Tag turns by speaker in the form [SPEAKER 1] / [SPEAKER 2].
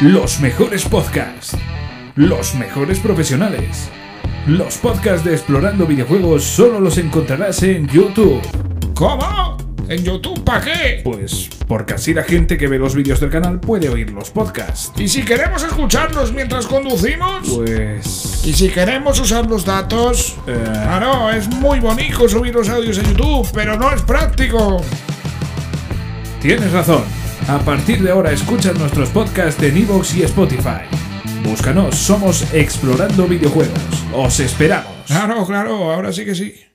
[SPEAKER 1] Los mejores podcasts. Los mejores profesionales. Los podcasts de Explorando Videojuegos solo los encontrarás en YouTube.
[SPEAKER 2] ¿Cómo? ¿En YouTube para qué?
[SPEAKER 1] Pues porque así la gente que ve los vídeos del canal puede oír los podcasts.
[SPEAKER 2] ¿Y si queremos escucharlos mientras conducimos?
[SPEAKER 1] Pues...
[SPEAKER 2] ¿Y si queremos usar los datos?
[SPEAKER 1] eh,
[SPEAKER 2] Claro, es muy bonito subir los audios a YouTube, pero no es práctico.
[SPEAKER 1] Tienes razón. A partir de ahora escuchas nuestros podcasts en Evox y Spotify. Búscanos, somos Explorando Videojuegos. Os esperamos.
[SPEAKER 2] Claro, claro, ahora sí que sí.